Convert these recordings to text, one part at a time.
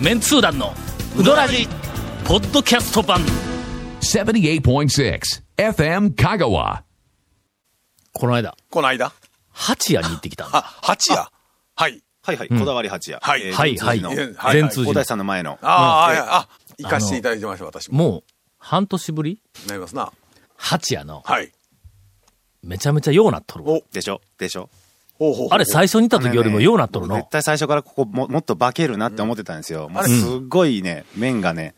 メンツー団のウドラジポッドキャスト版78.6 FM Kagawa. この間この間。八谷に行ってきたんだあ、八夜。はい。はいはい、こだわり八夜。はいえーはいはい善通寺のはい全通大寺田さんの前の。あー、はい、あ、行かしていただいてました、私も。もう半年ぶりなりますな。八谷のはい。めちゃめちゃようなっとるおでしょでしょほうほうほうあれ最初に行った時よりもようなっとるの絶対最初からここももっと化けるなって思ってたんですよ。もうあれすっごいね、麺がね、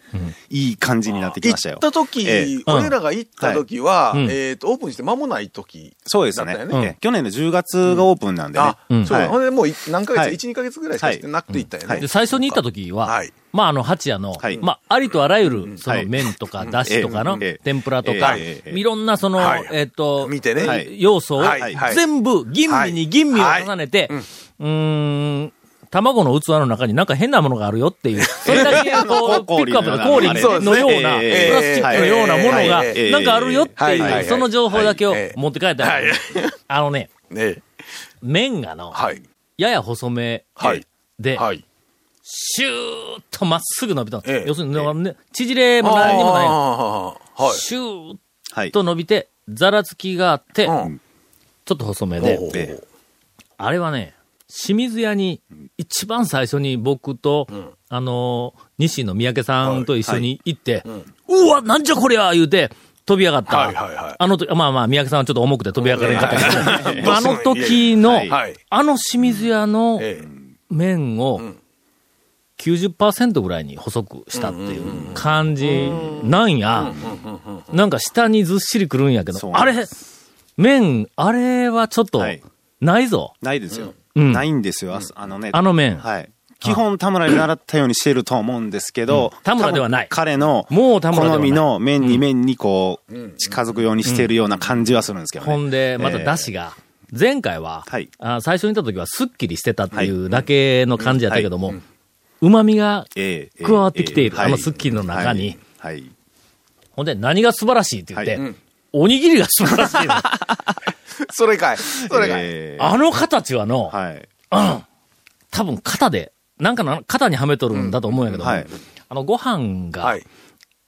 いい感じになってきました行よっ。た時、ええ俺らが行った時は、いうんえっ、と、オープンして間もない時そうですねだったよええ去年の10月がオープンなんでねあ。、うんそう、はいほんでもうい何ヶ月、はい一二ヶ月ぐらいしかしてなくて行ったよね。はいで、最初に行った時は、はいまあ、あの、八谷の、はいまあ、ありとあらゆる、そはの、い麺とか、だしとかの、ええ天ぷらとか、ええいろんな、その、はいえっ、と、見てねはい要素を、はいはい全部、吟味に吟味を重ねて、はいうーん、卵の器の中になんか変なものがあるよ っていう、それだけ、こう、ピックアップの氷のような、そうですねえプえラスチックのようなものが、ええなんかあるよって、はいいうはいはいその情報だけをはいええ持って帰ったら、はい あのね、ね麺がの、はい。やや細めはいで、はい。シューッとまっすぐ伸びたんです。ええ要するに、ね縮れも何にもないの。い。はい。シューッはい。と伸びて、ざらつきがあって、うんちょっと細めほうでほうほ、うええあれはね、清水屋に一番最初に僕と、あのー、西野三宅さんと一緒に行って、うわ、なんじゃこりゃ言うて、飛び上がった。はいはいはいあの時、まあまあ、三宅さんはちょっと重くて飛び上がれなか ったけど、はいあの時のはいはい、あの清水屋の、ええ麺をん90%ぐらいに細くしたっていう感じなんや、なんか下にずっしりくるんやけそどう、あなんれで、麺、あれはちょっとはい、ないぞ。ないですよ。うんないんですよ、ああのね。あの麺はい。基本田村に習ったようにしてると思うんですけど、うん田村ではない多分彼の、もう田村ではない好みの麺に麺にこう、近づくようにしてるような感じはするんですけどね。ほんで、またええ出汁が、前回ははい、あ最初に行った時はスッキリしてたっていうだけの感じやったけども、旨味が、ええ加わってきているええあのスッキリの中にはい。はいほんで何が素晴らしいって言っはて、おにぎりが素晴らしいの。 それかい。それかい。ええあの形はの、はい。多分肩で、なんかの肩にはめとるんだと思うんやけど、はい。あの、ご飯はがい、。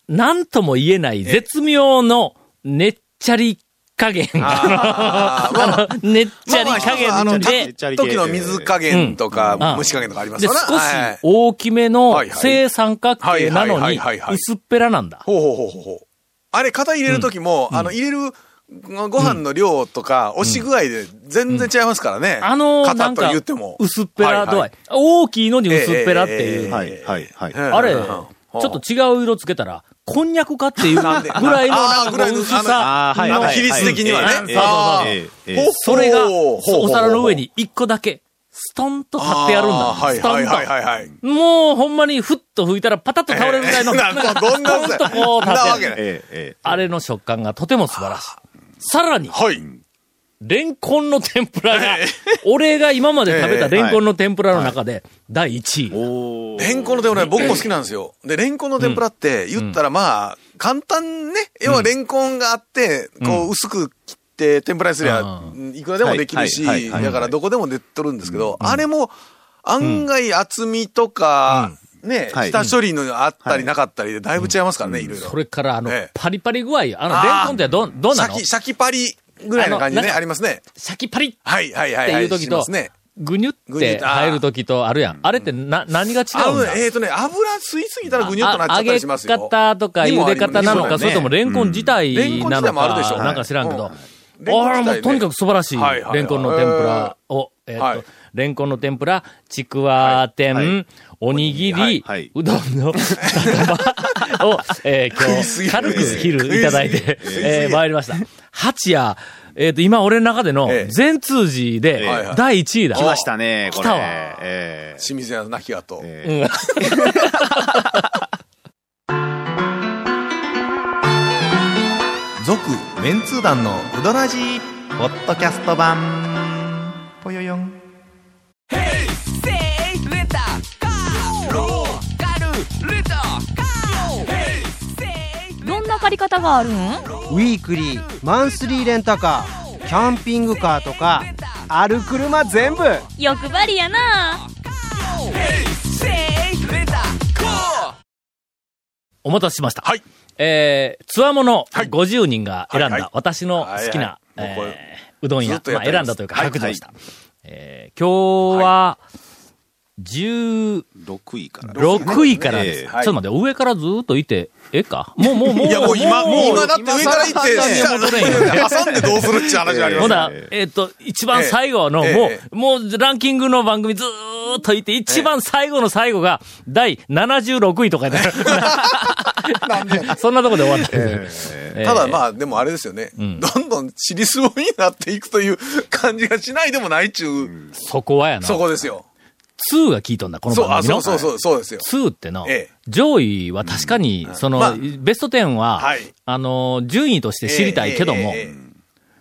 なんとも言えない絶妙のねっちゃり加減。あーまあ あの、ねっちゃり加まあまあ減ねでっ、ちゃり系時の水加減とうんあかあ、蒸し加減とかありますで、よ少ね。しはい大きめのはいはい正三角形なのはいにはいはいはい、はい薄っぺらなんだ。ほうほうほうほうほう。あれ、型入れる時も、あの、入れるご飯の量とか、押し具合で全然違いますからね。あの、な型んとか言っても、。薄っぺら度合。はい大きいのに薄っぺらってえいうえ。はい。はい。はい。はいあれ、ちうんょっと違う色つけたら、こんにゃくかっていうぐらいのでなあんーかぐらいの薄さあーはいのはい比率的にはねうんそうそうそうええええほうそれが、ほうほうほうお皿の上に一個だけ、ストンと立ってやるんあだ。ーはスいトはいンはいはいと。はい。もうほんまにふっと吹いたらパタッと倒れるぐらいの、 なんかどんなストンとこう立なわってけやる。ない。えええあれの食感がとても素晴らしい。さらに、はい。レンコンの天ぷらが、俺が今まで食べたレンコンの天ぷらの中で、第1位。えおーレンコンの天ぷら、僕も好きなんですよ。で、レンコンの天ぷらって、言ったらまあ、簡単ね。要はレンコンがあって、こう、薄く切って天ぷらにすりゃう、いくらでもできるし、はいはいはいはいだからどこでも出っとるんですけど、あれも、案外厚みとか、ね、はい下処理のあったはりいなかったりで、だいぶ違いますからね、いろいろ。それから、あのええ、パリパリ具合、あの、レンコンってど、どうなのシャキ、シャキパリぐらいの感じあのなね、んかありますね。シャキパリっはいはいはいてはいい。う時しとますね。、ぐにゅっぐにゅっててあー入る時とあるやん。あれってな、何が違あうんのだねえっとね、油吸いすぎたらぐにゅっとなっちゃあったりしますよ。揚げ方とか茹で方なのか、それともレンコン自体レンコンな自の体もあるでしかょ、なんか知らんけど。レンコあン自体ねあ、もうとにかく素晴らしい。はいはいレンコンの天ぷらを、えっと、はいレンコンの天ぷら、ちくわ天、はいはおにぎり、はいはいうどんの酒 場を、えーいす今ぎ日、る軽く昼いただいて、食いすぎるえー参りました。八夜、えっ、と、今俺の中でのええ全通寺えでえ第1位だ。来ましたね、こ来れ。たわええ清水屋の泣きがと。ええうん。続メンツー団のウドラジーポッドキャスト版ぽよよんどんな借り方があるんウィークリーマンスリーレンタカーキャンピングカーとかある車全部欲張りやなお待たせしました。はい。えー、つわものはい50人が選んだ、はいはい私の好きな、はいはいもうこれえーうどんず屋っ、とやまあ、っており選ますんだというか、はい白状した。えー、今日は、16 6位から。位からです。ええちょっと待って、上からずーっといて、ええかもう、もう、もう、いや、もう今、もう今だって上から行って、今更判断には戻れんよ下挟んでどうするっちゅう話がありますまだ、よえっ、と、一番最後の、ええもう、えもうランキングの番組ずーっといて、一番最後の最後が、第76位とかになる。 そんなとこで終わったんですよ、ただあ、まあ、でもあれですよね。どんどん尻すぼみになっていくという感じがしないでもないっちゅう、そこはやな。そこですよ。 2が聞いとんだ、このそう、番あ、組の。そうそうそう、そうですよ。 2っての、ええ上位は確かに、その、まあベスト10は、はいあの、順位として知りたいけども、ええええええ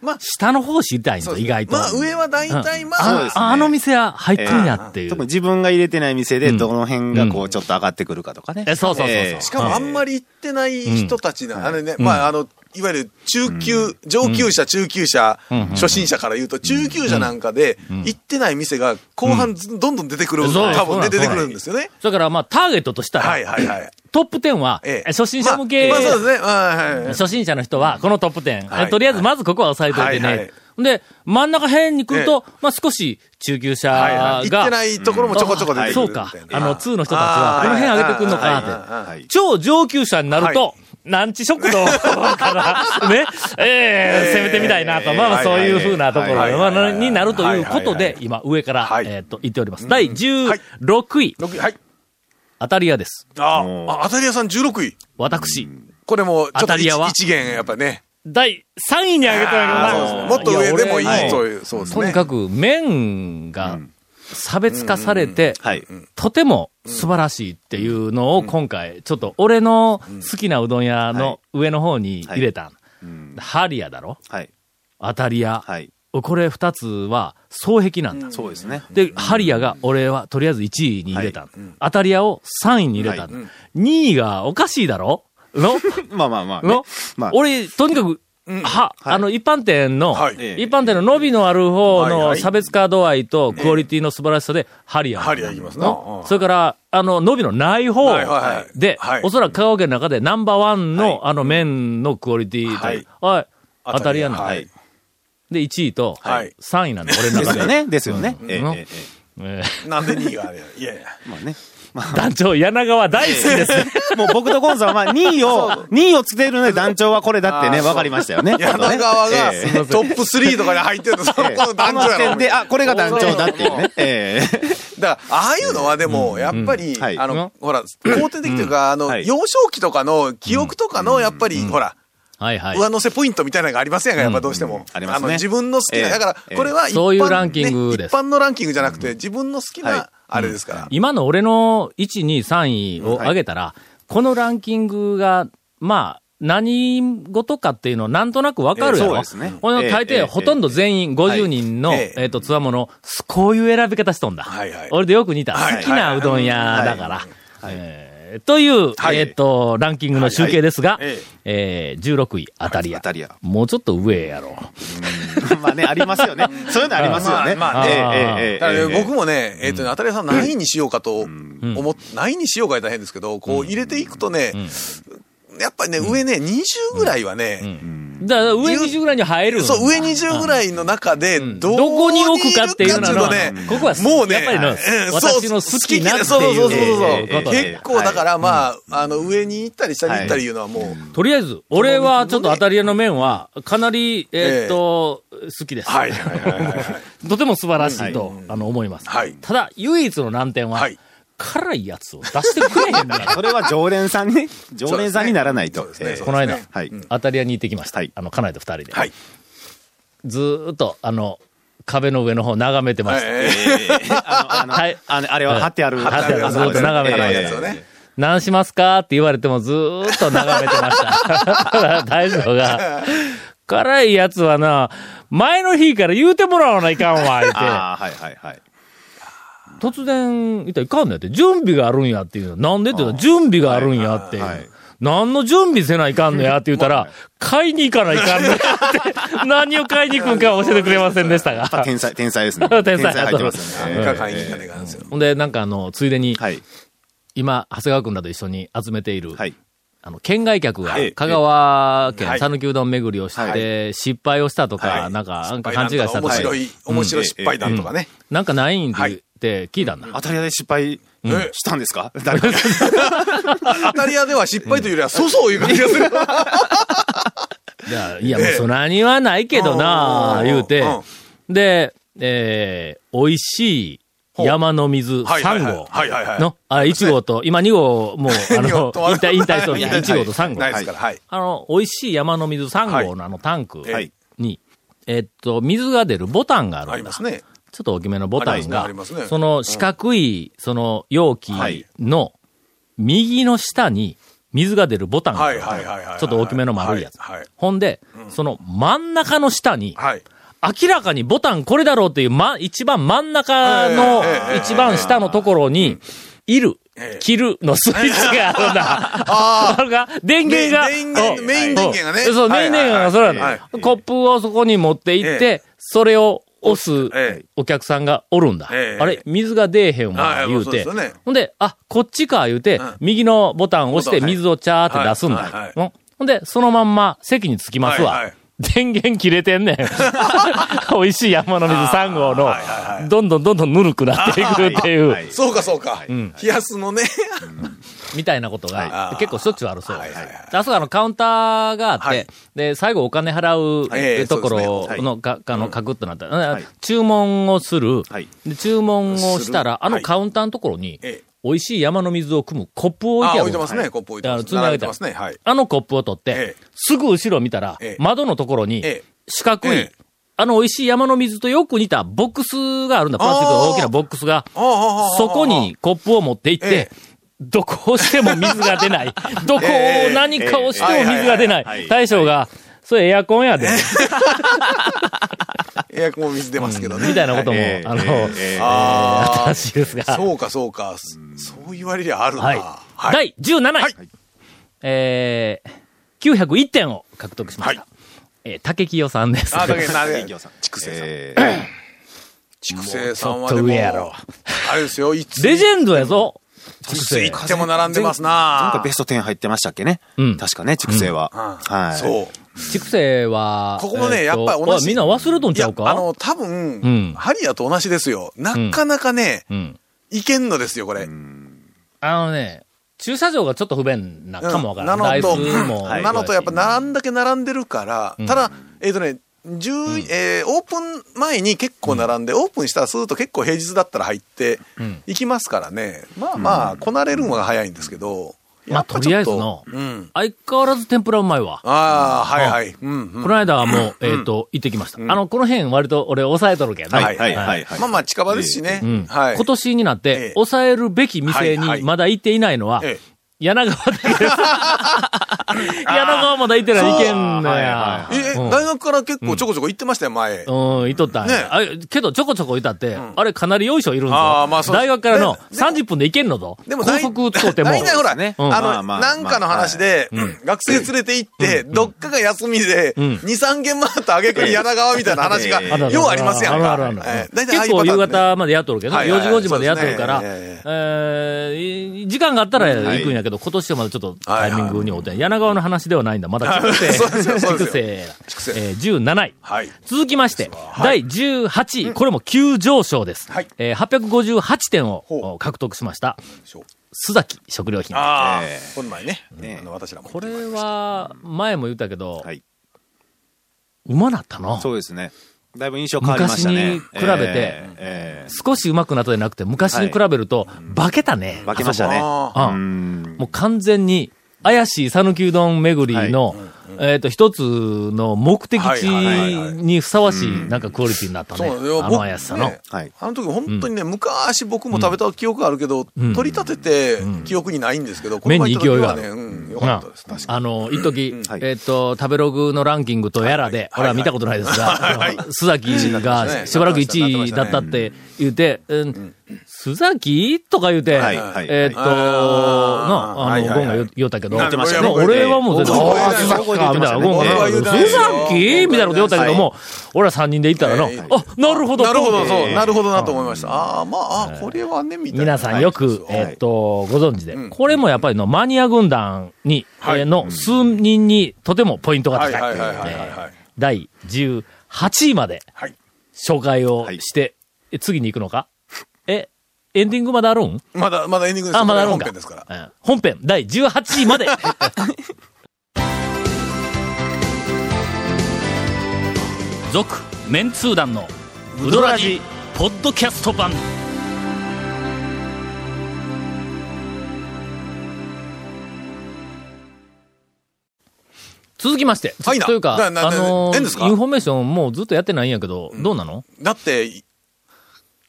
まあ、下の方知りたいその、うです意外と。まあ、上は大体まそうであす、ねああの店は入ってんやっていう。特に自分が入れてない店で、どの辺がこうう、ちょっと上がってくるかとかね。えそうそうそうそうええしかもあんまり行ってない人たちな、あれね、まあ、あの、いわゆる中級、上級者、中級者、初心者から言うと、中級者なんかで、行ってない店が後半ずどんどん出てくる、そう多そう分なんね出てくるんですよね。だからまあ、ターゲットとしたら、はいはいはい。トップ10は、ええ初心者向け、まあまあそうですね。はいはい。初心者の人は、このトップ10、はいえとりあえずまずここは押さえといてね。はいはいで、真ん中辺に来ると、まあ少し中級者が、はいはい行ってないところもちょこちょこ出てくるそうかみたい。なあの、あー2の人たちは、この辺上げてくるのかはいはいなっはいて。はいはい超上級者になると、なんち食堂 から、ね、えー、攻めてみたいなと、えーまあまあはいそうはいいはういふうなところはいはいはいはいになるということはいはいでは、今上からは、いえっと、言っております。第はい16位、六位はい。当たり屋です。あうんあ、アタリアさん16位。私、これも、ちょアっとタ一リアは一元、やっぱね。第3位に上げたあらーけどなそうですねもっと上でもいいや俺という、そうですとにね。かく麺が差別化されて、はい。とても素晴らしいっていうのを今回、ちょっと俺の好きなうどん屋の上の方に入れた。うんハリアだろはい。当たり屋。はい。これ二つは双璧なんだ。そうですね。で、ハリアが俺はとりあえず1位に入れたの。当たり屋を3位に入れたの。は2位がおかしいだろのまあまあまあねの、。まあ、俺、とにかく、うんは、はいあの、一般店の、はい一般店の伸びのある方はいのはい差別化度合いとクオリティの素晴らしさで、ハリアー。ハリアーいきますなのうんそれから、あの、伸びのない方はいはいはいではい、おそらく香川県の中でナンバーワンはいの、あの、麺のクオリティはいと、はい、当たり屋なはの。い。で、1位とはい3位なんで、俺のです中で。よね。ですよね。ええうんええええなんで2位があれや。いやいや。えまあね。ー団長、柳川大好きです。もう僕とゴンさんは2位を、2位をつけるので団長はこれだってね、わかりましたよね。柳川がええトップ3とかに入ってると、そこええの団長あのや時ろ点。で、あ、これが団長だっていうね。えだから、ああいうのはでも、やっぱり、はいあうんの、ほら、肯定的というか、あの、はい幼少期とかの記憶とかの、やっぱり、ほら、はいはい。上乗せポイントみたいなのがありませんか、やっぱどうしても。ありますねの、自分の好きえな、えだから、ええこれは一般、そういうランキングねです一般のランキングじゃなくて、自分の好きはいな、あれですから。今の俺の1、2、3位を上げたら、このランキングが、まあ、何事かっていうのなんとなくわかるやろ。ええそうですねこの大えええ抵、えほとんど全員50人の、はいえっ、と、つわもの、こういう選び方しとんだ。はいはい俺でよく似た、は好いきなうどん屋だから。えーという、はいえっ、と、ランキングの集計ですが、はいはいええー16位、当たりえ屋当。たりや。もうちょっと上やろ。まあね、ありますよね。そういうのありますよね。まあまあえねえええええだからええ僕もね、えっ、とね、当たり屋さん何位にしようかと思っ、何位にしようか大変ですけど、こう入れていくとね、やっぱりね、上ね、20ぐらいはね、だから上20ぐらいに入る。そう、上20ぐらいの中で、どどこに置くかっていうのは、うね、ここはもうね、やっぱりの、うん私の好きなっていうそうそうそうそうそうえーことで結構だから、まあ、あの、上に行ったり下に行ったりいうのはもう、とりあえず、俺はちょっと当たり屋の面は、かなり、えーっと、好きです。はいはいはいはいはい。とても素晴らしいと、あの、思います。はいただ、唯一の難点は、はい辛いやつを出してくれへん だそれは常連さんね、常連さんにならないと。そうですねこの間、はい。当たり屋に行ってきました。はいあの、家内と二人で。はい。ずーっと、あの、壁の上の方眺めてました。えーあの、はいあのあれは貼ってある。貼ってあるあそうですずっと眺めてえまえすやつをね。何しますかって言われてもずーっと眺めてました。 大将 が、辛いやつはな、前の日から言うてもらわないかんわ、言うて。ああ、はいはいはい。突然、いったらいかんのやって、準備があるんやっていうの。なんでって言ったら、準備があるんやっていう。はいはい何の準備せないかんのやって言ったら、買いに行かないかんのやって、 何を買いに行くんかは教えてくれませんでしたが。天才、天才ですね。天才入ってますね。三日え間いい金があるんですよ。ほんで、なんかあの、ついでにえ、はい。今、長谷川君らと一緒に集めている、はい。あの、県外客がはい、香川県はい讃岐うどん巡りをしはて、失敗をしたとはか、いなんか、なんか勘違いしたと面か、白い、面白い失敗談とかね。なんかないんではいって聞いたんだ。当たり屋で失敗えしたんですか誰か当たり屋では失敗というよりは、粗相いう感じがする。いや、いや、もうそらにはないけどなうあ、ん言うてうん。で、えー、美味しい山の水はいはい3はい号はいはいはいの、あ、1号と、今2号もう、あの、二号と引退、引退しとるんはいだ。1号と3号ない。ですから、はい。あの、美味しい山の水3号のあのタンクはいに、えっと、水が出るボタンがああるりんだま。すね。ちょっと大きめのボタンが、ありますねありますねその四角い、その容器はいの右の下に水が出るボタンがあはいる。はいはいはい。ちょっと大きめの丸いやつ。はい。ほんで、その真ん中の下に、はい。明らかにボタンこれだろうっていう、ま、一番真ん中のええええ、一番下のところに、いるええ、切るのスイッチがあるんだ。 ああれが、電源が。メイン電源おメイン電源がねおそう、メはイいン電源がそれなはのいよ。コップをそこに持って行って、それを押すええお客さんがおるんだ。あええれ、水が出えへんわは、い言うてそうですよね。ほんで、あ、こっちか、言うてうん、右のボタンを押してボタンはい水をチャーって出すんはいはいはだい。うんほんで、そのまんま席に着きますはいわはい。電源切れて んねん。美味しい山の水3号のはいはいは、いどんどんどんどんぬるくなっていくっていう。はいそうかそうか。冷やすのね。みたいなことはがい結構しょっちゅうあるそうではいす。はいではいあそこあのカウンターがあって、はいで、最後お金払うええとこそろうですねのか、あの、書くってなったら、い注文をする、はいで、注文をしたら、するあのはいカウンターのところに、ええ美味しい山の水を汲むコップを置いあ、てあ置るんでいてますすね、コップ置いてます。だから積み上げ並べてますね。はい。あのコップを取って、ええすぐ後ろ見たら、ええ窓のところにええ、四角い、ええあの美味しい山の水とよく似たボックスがあるんだ、プラスチックの大きなボックスが。ああああああそこにコップを持って行ってえ、どこをしても水が出ない。どこ えをえ何かをしても水が出な。ええはいはいはいはいい大将が、それエアコンやで。エアコンも水出ますけどね。みたいなこともええ、あの、ええええああーったらしいですが。そうかそうか。そう言われりゃあるな。はい。い。第17位。はいえー、901点を獲得しました。はえー竹清さんです。あ、だけど、な営業さん畜生さん。え畜生さちんょっはとでも、上やろあ。れですよ、いつ、レジェンドやぞ。いつ行っても並んでますーなんなかベスト10入ってましたっけねうん確かね、畜生は。うんはい。そう。畜生は、ここもねえーとやっぱり同じあみんな忘れとんちゃういやかあの、多うん分、ハリアと同じですよ。なかなかね、うん。いけんのですよ、これ。あのね、駐車場がちょっと不便なかもわからななのい。と、台数も多いしなのとやっぱ、あんだけ並んでるから、ただ、えっ、とね、十えーオープン前に結構並んで、オープンしたらすると結構平日だったら入ってんいきますからね、まあまあ、こなれるのが早いんですけど、まあ、やっぱとちりあょえっずとの、うん、相変わらず天ぷらうまいわ。ああ、はいはい、うん、うんこの間はもう、えっ、と、行ってきました。あの、この辺割と俺抑えとるけどね。はいはいはいはい。まあまあ、近場ですしね、うんはい、今年になっえてえ、抑えるべき店はいはにいまだ行っていないのは、ええ柳川だけ です。柳川まだ行ってない行けんのや。ええうん大学から結構ちょこちょこ行ってましたよ、前。うん、いとったんや、ねあけど、ちょこちょこいたって、あれ、かなりよいしょいるんぞ。あーまあそうです大学からのねでも30分で行けんのぞ。でも高大速使っても。大体ほら、ねうんあの、まあまあなんかの話で、学生連れて行って、どっかが休みで、ん2、3軒回った挙句に柳川みたいな話が、ええあるるようありますやんあか。るあるあるええ大体ああ結いうパ構夕方ターンねまでやっとるけど、はいはい4時5時までやっとるから、そうですねえーい時間があったら行くんやけど、今年はまだちょっとタイミングにおってん、柳川の話ではないんだ。まだ畜生。 そうですよそうで畜すよ生だ畜生えー17位。はい。続きまして、第18位、これも急上昇です。はいえー858点をほうお獲得しました、そう須崎食料品。ああ、ええこの前ね、ねあの私らも。これは、前も言ったけど、はいうまなったな。そうですね。だいぶ印象変わりましたね。昔に比べてえええ少しうまくなったじゃなくて、昔に比べると、化けたねえ。化けましたね。ああうんもう完全に、怪しい讃岐うどん巡りの、えっ、と、一つの目的地はいはいはいはいにふさわしい、なんかクオリティになったそね。うなんですよ。あ僕の怪しさの。ねはいあの時本当にね、昔僕も食べた記憶あるけど、ん取り立てて記憶にないんですけど、この目前に行った時は勢いね、がうん、よかったです。確かあの、一時、はいえっ、と、食べログのランキングとやらで、はいはい俺は見たことないですが、はいあの 須崎がしばらく1位だったって言うて、うん、須崎とか言うて、はいはいえっ、と、はいの、あはいの、はゴいはいンが言う言ったけど、言ってましたねの俺はもう全然、僕はああ、須崎か、みたいな、ゴン僕がはね、言須うてないですよ崎みたいなこと言ったけども、俺ら3人で行ったらの、ええあ、なるほど、に。なるほど、と思っそう、てなるほどなと思いました。ああ、まあ、ああこれはね、みたいな。皆さんよく、はいえっと、ご存知で、うんこれもやっぱりのマニア軍団に、えーの数人にとてもポイントがは高いい。はいはいはいはいはい。第18位まではい。紹介をして、え次に行くのかえ、エンディングまであるんまだ、まだエンディングですあ、まだあるん本か。編ですから。うん本編、第18位まで。 続、メンツー団の、ウドラジ、ポッドキャスト版。続きまして、はいなというか、あなななのーえんですかインフォメーションもうずっとやってないんやけど、どうなのだって、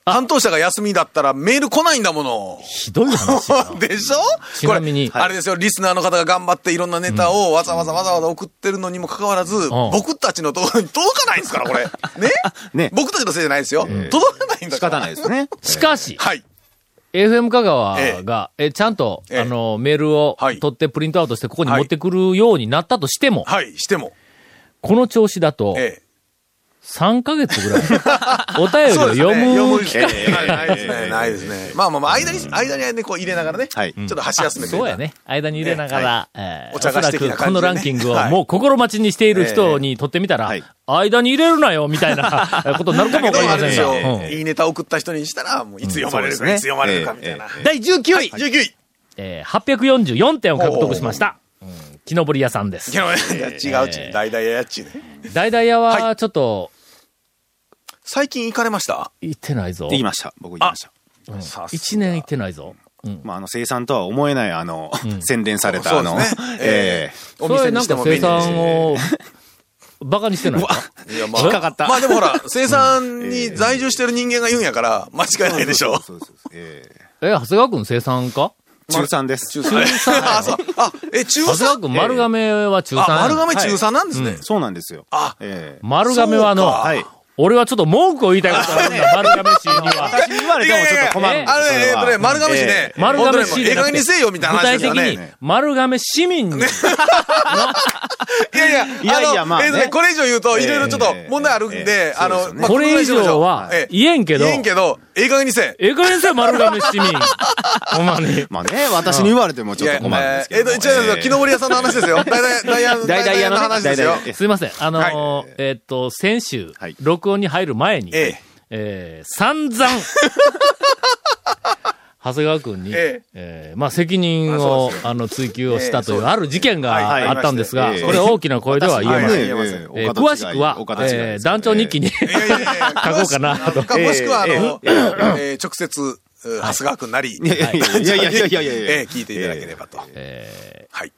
担当者が休みだったらメール来ないんだもの。ひどい話やな でしょちなみにこれ、あれですよ、リスナーの方が頑張っていろんなネタをわざわざわざわざ送ってるのにもかかわらず、僕たちのところに届かないんですから、これ。ねね僕たちのせいじゃないですよ。届かないんだ仕から。方ないですね。しかし、はい。 FM 香川が、え、ちゃんと、ええあの、メールをはい取ってプリントアウトしてここに持ってくるようになったとしても、はい、しても。この調子だと、え3ヶ月ぐらい、 おえ。便そうですりをね。読む機機会会ないですね。ないですね。まあまあまあ、間に、間に間にこう入れながらね。はいちょっと箸休めて。そうや。ね。間に入れながら、えーお茶菓子的なおそらくこ感じでねのランキングをはいもう心待ちにしている人にとってみたら、はい間に入れるなよ、みたい なことになるかもけわど、かりまあれでせんすがよ。うん。いいネタ送った人にしたら、もういつ読まれるか、うんいつ読まれるか、そうみでたすねいな。第19位、 19位。えー、844点を獲得しました。うん木登り屋さんですい。や、違うち。大々やっちね。大々屋はは、ちょっと、最近行かれました行ってないぞ。できました。僕言いました。さすが一年行ってないぞ。うん。まあ、あの、生産とは思えない、あの、 洗練された、そあうですのね、えおそ店れになんしてかも生便利ですし産を、バカに してないかいや、まあ、引っかかったまあでもほら、生産 に在住してる人間が言うんやから、間違いないでしょ。え。そうそうそうええ、長谷川くん生産かえ中3です。 あ、そう。あ、え、中長谷川くん3丸亀は中あ、 3。丸亀中3なんですね。そうなんですよ。あ、ええ。丸亀はあの、そうかはい俺はちょっと文句を言いたいことがあるん だ、丸亀市には。言われてもちょっと困るんですあれ、えっとね、 丸亀市ね。丸亀市本当にもうじええゃな加く減てにせえよみたいな具話体です よ的にね。、丸亀市 民に、いやいいや、やいやあまの、あえねっとね、これ以上言うと、いろいろちょっと問題あるんえでえ、あそうの、ですねまあこれ以上はええ言えんけど、言えんけど、ええ加減にせえ。ええかげんせよ、丸亀市民。ほんまに。まあね、私に言われてもちょっと困るんですけどいやも。えっと、違うんですよ。木登り屋さんの話ですよ。大々大々大々屋のね大々話ですよ大。々えすいません。あのーはえっと、先週、はい録音に入る前に、えええー散々、 長谷川君に、ええーまあ、責任をあそうです、あの、追及をしたといえう、えそうですある事件がはいあったんですが、ええこれ大きな声では言えません。ええまえー詳しくは、えー団長日記に、いやいやいや書こうかなと詳しくあのもしくは、あええの、ええー直接、うん長谷川くんなり、いやいやいやいやいやいやいやえー聞いていただければと。はい。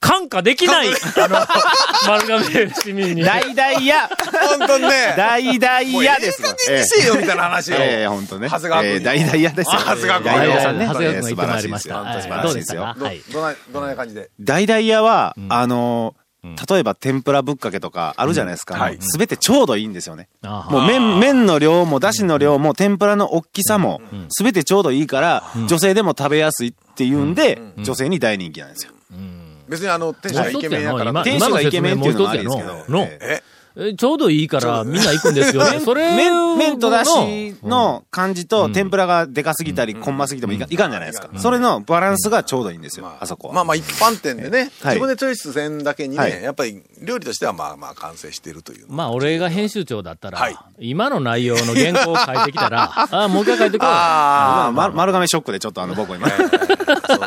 感化できない、あの、 丸亀市民に。大々屋本当にね、大々もう屋ですええ加減にせえよみたいな話を。ええ、ほんとね。長谷川君ええ大々屋ですよ。あ長谷川君大々屋さんね。長谷川君が行ってまいりましええ素晴らしいですよ本当た。はいどうでに素晴らしいでしすたかはい。どよ。ない、どないな感じで。大々屋は、あの、例えば天ぷらぶっかけとかあるじゃないですか。すべてちょうどいいんですよね。あーもう麺、麺の量も、だしの量も、天ぷらの大きさも、すべてちょうどいいから、女性でも食べやすいっていうんで、女性に大人気なんですよ。別にあの、店主がイケメンやから。今店主がイケメンっていうのもありですけ今のど説明もう一つやの。のええちょうどいいから、みんな行くんですよ ね。それ麺、麺とだのしの感じと、天ぷらがでかすぎたり、こんますぎてもいかいかんじゃないですか。それのバランスがちょうどいいんですよ、あそこは。まあまあ一般店でね、はい自分でチョイスせんだけにね、はいやっぱり料理としてはまあまあ完成してるという。まあ、俺が編集長だったら、はい今の内容の原稿を書いてきた ら、あもう一回書いてこい。まああ、ま丸亀ショックでちょっとあの、僕今。そうな僕、それや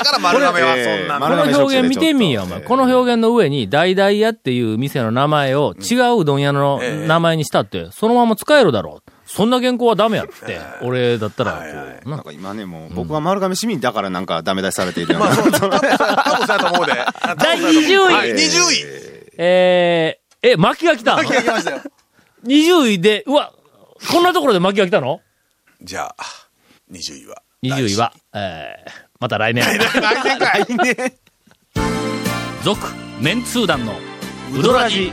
から丸亀はそんなここの。のれええ表現見てみよ、お前。ええこの表現の上に、大々屋っていう店の名前を違ううどん屋のええ名前にしたって、そのまま使えるだろう。そんな原稿はダメやって、俺だったら、こ、はいうはいななんか今ね、もう、僕は丸亀市民だからなんかダメ出しされているようまあ、な。 そう、多分そうやと思うで。第20位はい、20位えー、え、巻きが来たの秋が来ましたよ。 ?20 位で、うわ、こんなところで巻きが来たのじゃあ、20位は。 ?20 位は、えー、また来年。来年かい。続メンツー団のウドラジ